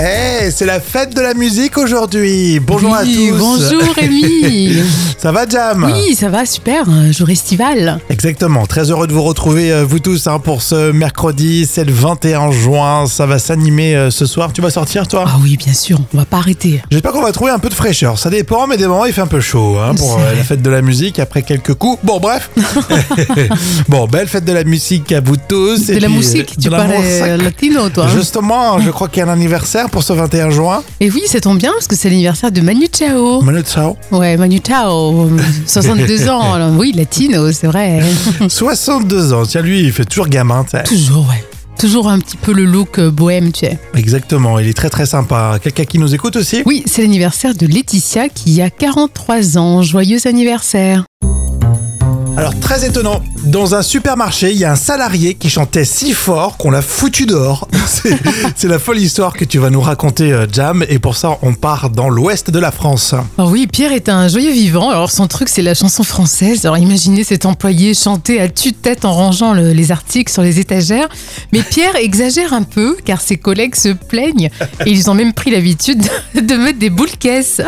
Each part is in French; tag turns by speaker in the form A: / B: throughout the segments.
A: Eh, c'est la fête de la musique aujourd'hui. Bonjour
B: Oui,
A: à tous.
B: Bonjour Rémi.
A: Ça va, Jam
B: oui, ça va, super. Un jour estival.
A: Oh. Exactement. Très heureux de vous retrouver, euh, vous tous, hein, pour ce mercredi. C'est le 21 juin. Ça va s'animer euh, ce soir. Tu vas sortir, toi
B: Ah oui, bien sûr, on va pas arrêter.
A: J'espère qu'on va trouver un peu de fraîcheur. Ça dépend, mais des moments, il fait un peu chaud hein, pour
B: C'est
A: euh,
B: vrai.
A: la fête de la musique après quelques coups. Bon, bref. bon, belle fête de la musique à vous tous.
B: De
A: Et
B: la
A: puis, euh,
B: musique,
A: de
B: tu
A: la
B: parles euh,
A: musique.
B: latino, toi. hein.
A: Justement, je crois qu'il y a un anniversaire pour ce 21 juin.
B: Et oui, ça tombe bien parce que c'est l'anniversaire de Manu Chao.
A: Manu Chao.
B: Ouais, Manu Chao, 62 ans. Alors, oui, latino, c'est vrai.
A: 62 ans. Tiens, lui, il fait toujours gamin. tu sais.
B: Toujours, ouais. Toujours un petit peu le look euh, bohème, tu sais.
A: Exactement, il est très très sympa. Quelqu'un qui nous écoute aussi
B: Oui, c'est l'anniversaire de Laetitia qui a 43 ans. Joyeux anniversaire.
A: Alors très étonnant, dans un supermarché, il y a un salarié qui chantait si fort qu'on l'a foutu dehors. C'est c'est la folle histoire que tu vas nous raconter, euh, Jam, et pour ça on part dans l'ouest de la France.
B: Alors Oh oui, Pierre est un joyeux vivant. Alors son truc, c'est la chanson française. Alors imaginez cet employé chanter à tue-tête en rangeant le- les articles sur les étagères. Mais Pierre exagère un peu car ses collègues se plaignent et ils ont même pris l'habitude de mettre des boules caisses.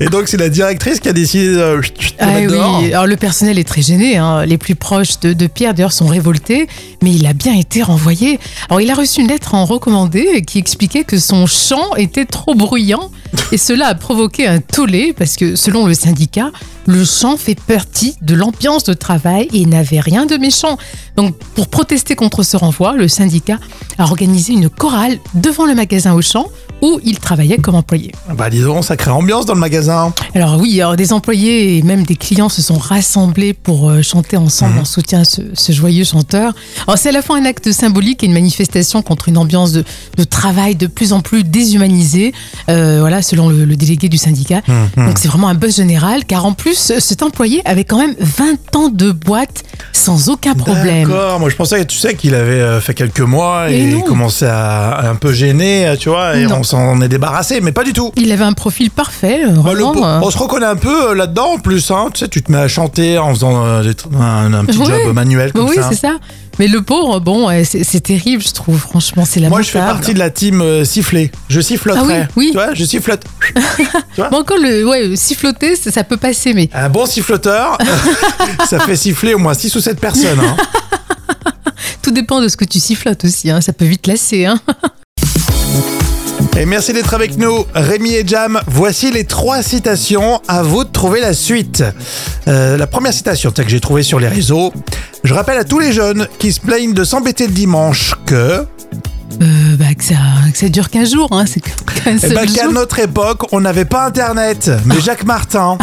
A: Et donc c'est la directrice qui a décidé de euh, chut, chut, de
B: Ah
A: mettre dehors.
B: oui, alors le personnel est très gêné. hein. Les plus proches de, de Pierre, d'ailleurs, sont révoltés, mais il a bien été renvoyé. Alors, il a reçu une lettre en recommandé qui expliquait que son chant était trop bruyant et cela a provoqué un tollé parce que, selon le syndicat, le chant fait partie de l'ambiance de travail et n'avait rien de méchant. Donc, pour protester contre ce renvoi, le syndicat a organisé une chorale devant le magasin Auchan où il travaillait comme employé.
A: Bah disons, sacrée ambiance dans le magasin.
B: Alors oui, alors des employés et même des clients se sont rassemblés pour euh, chanter
A: Mhm.
B: ensemble en soutien à ce, ce joyeux chanteur. Alors c'est à la fois un acte symbolique et une manifestation contre une ambiance de, de travail de plus en plus déshumanisée, euh, voilà, selon le, le délégué du syndicat.
A: Hum, hum.
B: Donc c'est vraiment un buzz général, car en plus, cet employé avait quand même 20 ans de boîte sans aucun problème.
A: D'accord, moi je pensais que tu sais qu'il avait euh, fait quelques mois
B: Mais
A: et
B: non.
A: il commençait à un peu gêner, euh, tu vois, et
B: Non.
A: on s'en est débarrassé, mais pas du tout.
B: Il avait un profil parfait, euh,
A: Bah, le
B: vraiment.
A: po-
B: euh,
A: on se reconnaît un peu euh, là-dedans en plus, hein. tu sais, tu te mets à chanter en faisant euh, des tr- un, un petit
B: Ouais.
A: job manuel
B: bah
A: comme
B: oui,
A: ça.
B: c'est ça. Mais le pauvre, bon, euh, c'est c'est terrible, je trouve. Franchement, c'est la
A: Moi, je fais partie de la team euh, sifflée. Je siffloterai.
B: Ah oui, oui.
A: Tu vois, je sifflote.
B: Bon, encore le ouais, siffloter, ça, ça peut passer, mais.
A: Un bon siffloteur, ça fait siffler au moins 6 ou 7 personnes. hein.
B: Tout dépend de ce que tu sifflotes aussi, hein, ça peut vite lasser. Hein.
A: Et merci d'être avec nous, Rémi et Jam. Voici les trois citations. À vous de trouver la suite. Euh, la première citation tu sais, que j'ai trouvée sur les réseaux. Je rappelle à tous les jeunes qui se plaignent de s'embêter le dimanche que.
B: Euh, bah, que, ça, que ça dure qu'un jour, hein, c'est que- qu'un
A: Eh
B: seul
A: ben, qu'à
B: jour.
A: notre époque, on n'avait pas Internet, mais Jacques Martin.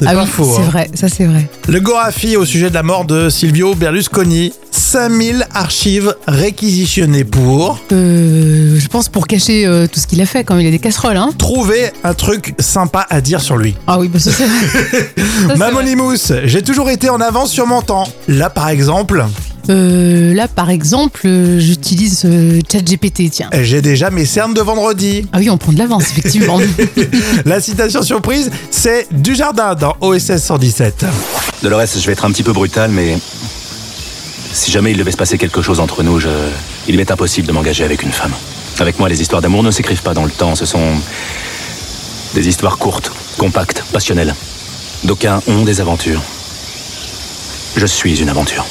A: C'est
B: Ah
A: pas
B: oui,
A: faux.
B: c'est
A: hein.
B: vrai, ça c'est vrai.
A: Le Gorafi au sujet de la mort de Silvio Berlusconi. 5000 archives réquisitionnées pour
B: Euh, je pense pour cacher euh, tout ce qu'il a fait, quand il a des casseroles. Hein.
A: trouver un truc sympa à dire sur lui.
B: Ah oui, bah, ça c'est vrai. Ça, c'est vrai.
A: Mamonimous, j'ai toujours été en avance sur mon temps. Là, par exemple,
B: Euh, là, par exemple, euh, j'utilise euh, ChatGPT, tiens.
A: j'ai déjà mes cernes de vendredi.
B: Ah oui, on prend de l'avance, effectivement.
A: La citation surprise, c'est Dujardin dans OSS 117.
C: De le reste, je vais être un petit peu brutal, mais. Si jamais il devait se passer quelque chose entre nous, je. Il m'est impossible de m'engager avec une femme. Avec moi, les histoires d'amour ne s'écrivent pas dans le temps. Ce sont. Des histoires courtes, compactes, passionnelles. D'aucuns ont des aventures. Je suis une aventure.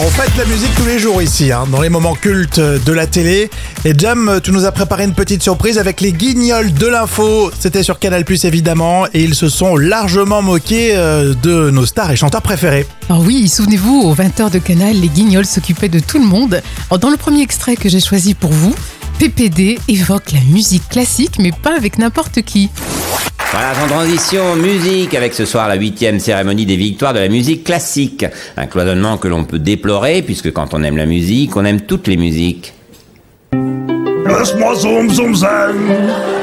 A: On fête la musique tous les jours ici, hein, dans les moments cultes de la télé. Et Jam, tu nous as préparé une petite surprise avec les guignols de l'info. C'était sur Canal Plus évidemment, et ils se sont largement moqués euh, de nos stars et chanteurs préférés.
B: Alors oui, souvenez-vous, aux 20h de Canal, les guignols s'occupaient de tout le monde. Alors, dans le premier extrait que j'ai choisi pour vous, PPD évoque la musique classique, mais pas avec n'importe qui.
D: Voilà, sans transition, musique, avec ce soir la huitième cérémonie des victoires de la musique classique. Un cloisonnement que l'on peut déplorer, puisque quand on aime la musique, on aime toutes les musiques.
E: Laisse-moi zoom zoom zen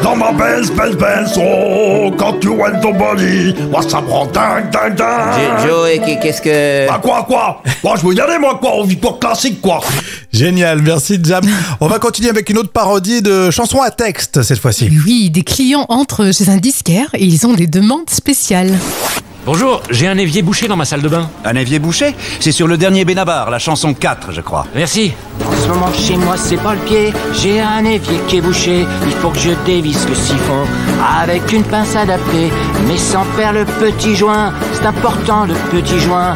E: dans ma belle belle belle oh quand tu went ton body, moi ça me rend dingue
D: Jo-
E: dingue dingue.
D: Joe, et qu'est- qu'est-ce que...
E: Bah quoi quoi Moi je veux y aller moi quoi, en victoire classique quoi.
A: Génial, merci Jam. On va continuer avec une autre parodie de chansons à texte cette fois-ci.
B: Mais oui, des clients entrent chez un disquaire et ils ont des demandes spéciales.
F: Bonjour, j'ai un évier bouché dans ma salle de bain.
G: Un évier bouché C'est sur le dernier Benabar, la chanson 4, je crois.
F: Merci.
H: En ce moment, chez moi, c'est pas le pied. J'ai un évier qui est bouché. Il faut que je dévisse le siphon avec une pince adaptée, mais sans perdre le petit joint. C'est important, le petit joint.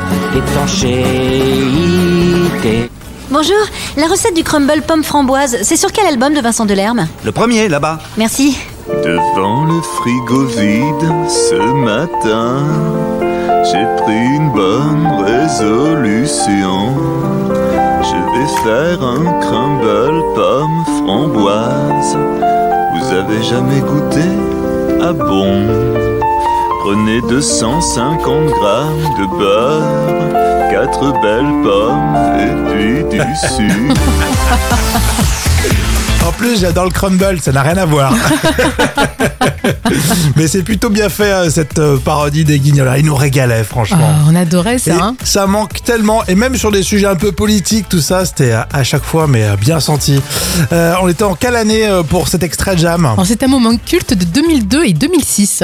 H: Étanchéité.
I: Bonjour, la recette du crumble pomme framboise, c'est sur quel album de Vincent Delerme
G: Le premier, là-bas.
I: Merci.
J: Devant le frigo vide ce matin, j'ai pris une bonne résolution. Je vais faire un crumble pomme framboise. Vous avez jamais goûté Ah bon Prenez 250 grammes de beurre, quatre belles pommes et puis du sucre.
A: En plus, j'adore le crumble, ça n'a rien à voir. Mais c'est plutôt bien fait, euh, cette euh, parodie des guignols. Ils nous régalaient, franchement.
B: Ah, on adorait
A: Et
B: ça. hein.
A: ça manque tellement, et même sur des sujets un peu politiques, tout ça, c'était à, à chaque fois, mais euh, bien senti. Euh, on était en quelle année euh, pour cet extrait Jam
B: Alors, C'est un moment culte de 2002 et 2006.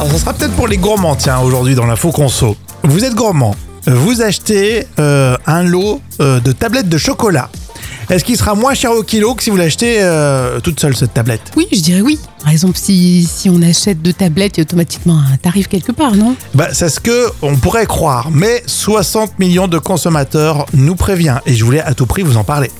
A: Alors, ça sera peut-être pour les gourmands, tiens, aujourd'hui dans l'info conso. Vous êtes gourmand, vous achetez euh, un lot euh, de tablettes de chocolat. Est-ce qu'il sera moins cher au kilo que si vous l'achetez euh, toute seule, cette tablette
B: Oui, je dirais oui. Par exemple, si, si on achète deux tablettes, il y a automatiquement un tarif quelque part, non
A: bah, C'est ce que on pourrait croire, mais 60 millions de consommateurs nous prévient, et je voulais à tout prix vous en parler.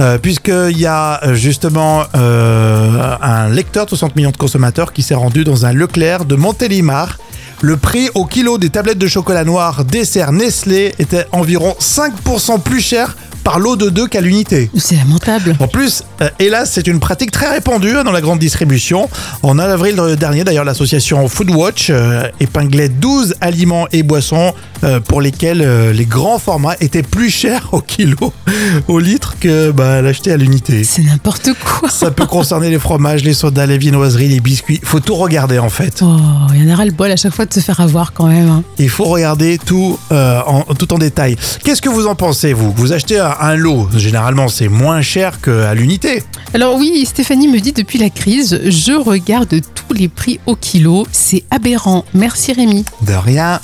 A: Euh, Puisqu'il y a euh, justement euh, un lecteur de 60 millions de consommateurs qui s'est rendu dans un Leclerc de Montélimar. Le prix au kilo des tablettes de chocolat noir dessert Nestlé était environ 5% plus cher par lot de deux qu'à l'unité.
B: C'est lamentable.
A: En plus, euh, hélas, c'est une pratique très répandue dans la grande distribution. En avril dernier, d'ailleurs, l'association Foodwatch euh, épinglait 12 aliments et boissons euh, pour lesquels euh, les grands formats étaient plus chers au kilo, au litre, que bah, l'acheter à l'unité.
B: C'est n'importe quoi.
A: Ça peut concerner les fromages, les sodas, les viennoiseries, les biscuits. Faut tout regarder en fait.
B: Oh, il y en a ras le bol à chaque fois de se faire avoir quand même. hein.
A: Il faut regarder tout, euh, en, tout en détail. Qu'est-ce que vous en pensez, vous Vous achetez un, un lot, généralement c'est moins cher qu'à l'unité.
B: Alors oui, Stéphanie me dit depuis la crise, je regarde tous les prix au kilo. C'est aberrant. Merci Rémi.
A: De rien.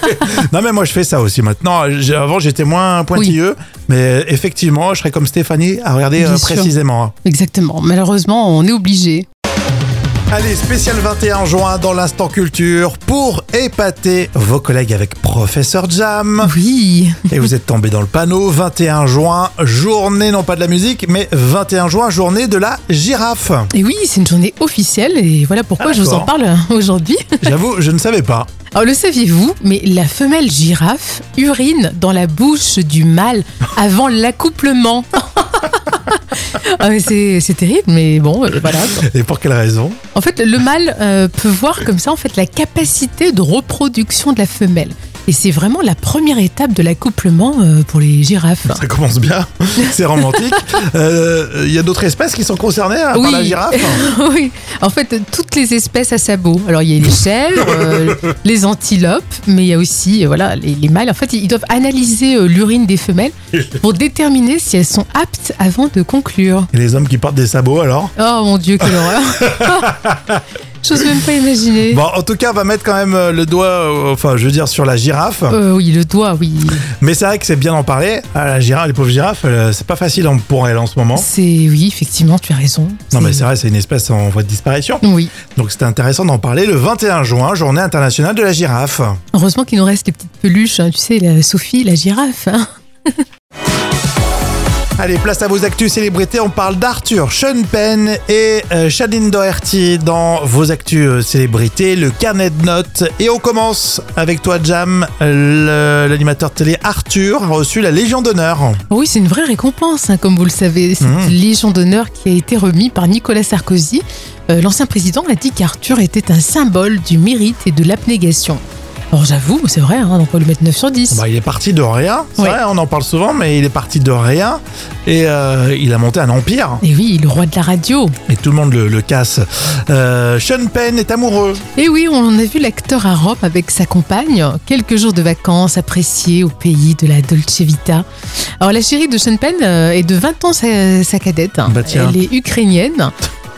A: non mais moi je fais ça aussi maintenant. J'ai- Avant j'étais moins pointilleux, mais effectivement je serais comme Stéphanie à regarder
B: Bien
A: euh,
B: sûr.
A: précisément.
B: Exactement. Malheureusement, on est obligé.
A: Allez, spécial 21 juin dans l'instant culture pour épater vos collègues avec Professeur Jam.
B: Oui.
A: Et vous êtes tombé dans le panneau, 21 juin, journée non pas de la musique, mais 21 juin, journée de la girafe.
B: Et oui, c'est une journée officielle et voilà pourquoi
A: Ah,
B: je vous en
A: d'accord.
B: parle aujourd'hui.
A: J'avoue, je ne savais pas.
B: Alors le saviez-vous, mais la femelle girafe urine dans la bouche du mâle avant l'accouplement. Ah, mais c'est c'est terrible, mais bon, euh, voilà.
A: Et pour quelle raison
B: En fait, le mâle euh, peut voir comme ça en fait la capacité de reproduction de la femelle. Et c'est vraiment la première étape de l'accouplement euh, pour les girafes.
A: Ça commence bien, c'est romantique. Euh, Il y a d'autres espèces qui sont concernées à
B: Oui.
A: la girafe
B: oui. En fait, toutes les espèces à sabots. Alors, il y a les chèvres, euh, les antilopes, mais il y a aussi euh, voilà, les, les mâles. En fait, ils doivent analyser euh, l'urine des femelles pour déterminer si elles sont aptes avant de conclure.
A: Et les hommes qui portent des sabots alors
B: Oh mon Dieu, quelle horreur J'ose même pas imaginer.
A: Bon, en tout cas, on va mettre quand même euh, le doigt, euh, enfin, je veux dire, sur la girafe.
B: Euh, oui, le doigt, oui.
A: Mais c'est vrai que c'est bien d'en parler. Ah, la girafe, les pauvres girafes, euh, c'est pas facile en- pour elles en ce moment.
B: C'est oui, effectivement, tu as raison.
A: Non, mais c'est vrai, c'est une espèce en voie de disparition.
B: Oui.
A: Donc c'était intéressant d'en parler le 21 juin, journée internationale de la girafe.
B: Heureusement qu'il nous reste les petites peluches, hein, tu sais, la Sophie, la girafe. hein.
A: Allez, place à vos actus célébrités. On parle d'Arthur, Sean Penn et euh, Shadin Doherty dans vos actus euh, célébrités, le carnet de notes. Et on commence avec toi, Jam. Le- L'animateur télé Arthur a reçu la Légion d'honneur.
B: Oui, c'est une vraie récompense, hein, comme vous le savez. C'est
A: Mhm.
B: une légion d'honneur qui a été remis par Nicolas Sarkozy. Euh, L'ancien président a dit qu'Arthur était un symbole du mérite et de l'abnégation. Alors j'avoue, c'est vrai, hein, donc on va lui mettre 9 sur 10.
A: Bah, il est parti de rien, c'est
B: Oui.
A: vrai, on en parle souvent, mais il est parti de rien et euh, il a monté un empire.
B: Et oui, le roi de la radio.
A: Et tout le monde le, le casse. Euh, Sean Penn est amoureux.
B: Et Eh oui, on a vu l'acteur à Rome avec sa compagne. Quelques jours de vacances appréciés au pays de la Dolce Vita. Alors la chérie de Sean Penn euh, est de 20 ans, sa, sa cadette.
A: Bah, tiens.
B: Elle est ukrainienne.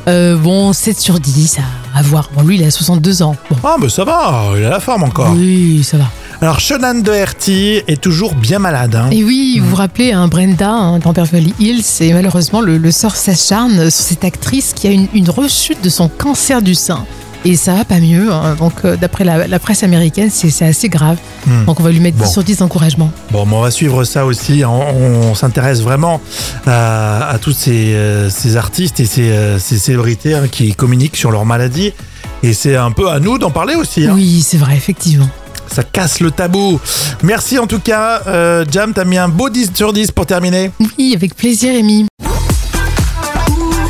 B: Euh, bon, 7 sur 10 à, à voir. Bon, lui, il a 62 ans. Bon.
A: Ah, mais ça va, il a la forme encore.
B: Oui, ça va.
A: Alors, Shonan de Herty est toujours bien malade. hein.
B: Et oui, vous vous rappelez hein, Brenda hein, dans Beverly Hills, et malheureusement le, le sort s'acharne sur cette actrice qui a une, une rechute de son cancer du sein. Et ça va pas mieux, hein. donc euh, d'après la, la presse américaine, c'est c'est assez grave.
A: Hmm.
B: Donc on va lui mettre
A: Bon.
B: 10 sur 10 d'encouragement.
A: Bon, mais on va suivre ça aussi. On, on s'intéresse vraiment à, à tous ces, euh, ces artistes et ces, euh, ces célébrités hein, qui communiquent sur leur maladie. Et c'est un peu à nous d'en parler aussi. hein.
B: Oui, c'est vrai, effectivement.
A: Ça casse le tabou. Merci en tout cas. Euh, Jam, t'as mis un beau 10 sur 10 pour terminer.
B: Oui, avec plaisir, Amy.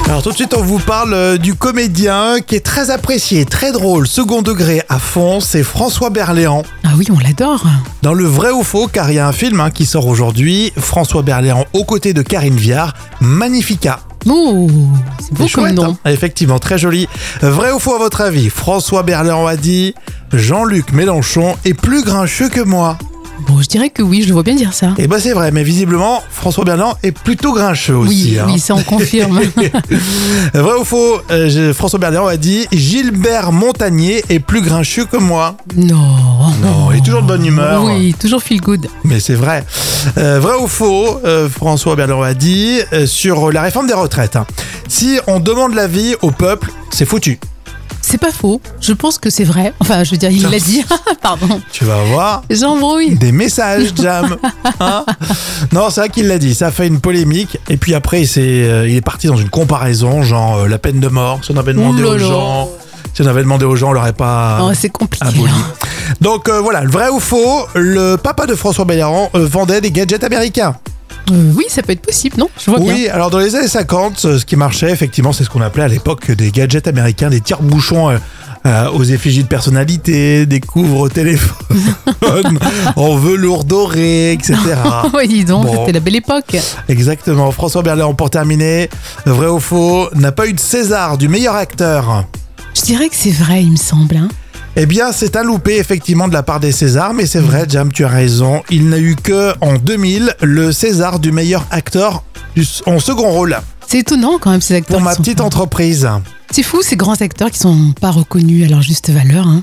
A: Alors tout de suite, on vous parle euh, du comédien qui est très apprécié, très drôle, second degré à fond, c'est François Berléand.
B: Ah oui, on l'adore.
A: Dans le vrai ou faux, car il y a un film hein, qui sort aujourd'hui, François Berléand aux côtés de Karine Viard, Magnifica.
B: Oh, c'est beau
A: C'est
B: comme
A: chouette,
B: nom.
A: hein. Effectivement, très joli. Vrai ou faux à votre avis François Berléand a dit Jean-Luc Mélenchon est plus grincheux que moi.
B: Bon, je dirais que oui, je le vois bien dire ça.
A: Et bah c'est vrai, mais visiblement, François Berléand est plutôt grincheux aussi.
B: oui,
A: hein.
B: oui, ça on confirme.
A: Vrai ou faux Euh, je- François Berléand a dit Gilbert Montagnier est plus grincheux que moi.
B: non.
A: Non, il est toujours de bonne humeur.
B: Oui, toujours feel good.
A: Mais c'est vrai. Euh, vrai ou faux euh, François Berléand a dit euh, sur la réforme des retraites. hein. Si on demande l'avis au peuple, c'est foutu.
B: C'est pas faux. Je pense que c'est vrai. Enfin, je veux dire, il l'a dit. Pardon.
A: Tu vas voir.
B: J'embrouille.
A: Des messages, Jam. Hein non, c'est vrai qu'il l'a dit. Ça a fait une polémique. Et puis après, c'est, il est parti dans une comparaison, genre euh, la peine de mort. Si on avait demandé
B: Ouh là
A: aux
B: là.
A: gens, si on avait demandé aux gens, on leur aurait pas.
B: Oh, c'est compliqué.
A: aboli.
B: là.
A: Donc euh, voilà, le vrai ou faux, le papa de François Bayrand euh, vendait des gadgets américains.
B: Euh, oui, ça peut être possible, non Je vois
A: oui,
B: bien.
A: alors dans les années 50, euh, ce qui marchait, effectivement, c'est ce qu'on appelait à l'époque des gadgets américains, des tire-bouchons euh, euh, aux effigies de personnalité, des couvres-téléphones en velours doré, etc.
B: Oui, dis donc,
A: Bon.
B: c'était la belle époque.
A: Exactement. François Berléand, pour terminer, vrai ou faux, n'a pas eu de César du meilleur acteur.
B: Je dirais que c'est vrai, il me semble. hein.
A: Eh bien, c'est un loupé effectivement de la part des Césars, mais c'est vrai, Jam, tu as raison. Il n'a eu que en 2000 le César du meilleur acteur du- en second rôle
B: C'est étonnant quand même ces acteurs.
A: pour ma
B: qui sont
A: petite
B: pas-
A: entreprise.
B: C'est fou ces grands acteurs qui sont pas reconnus à leur juste valeur. hein.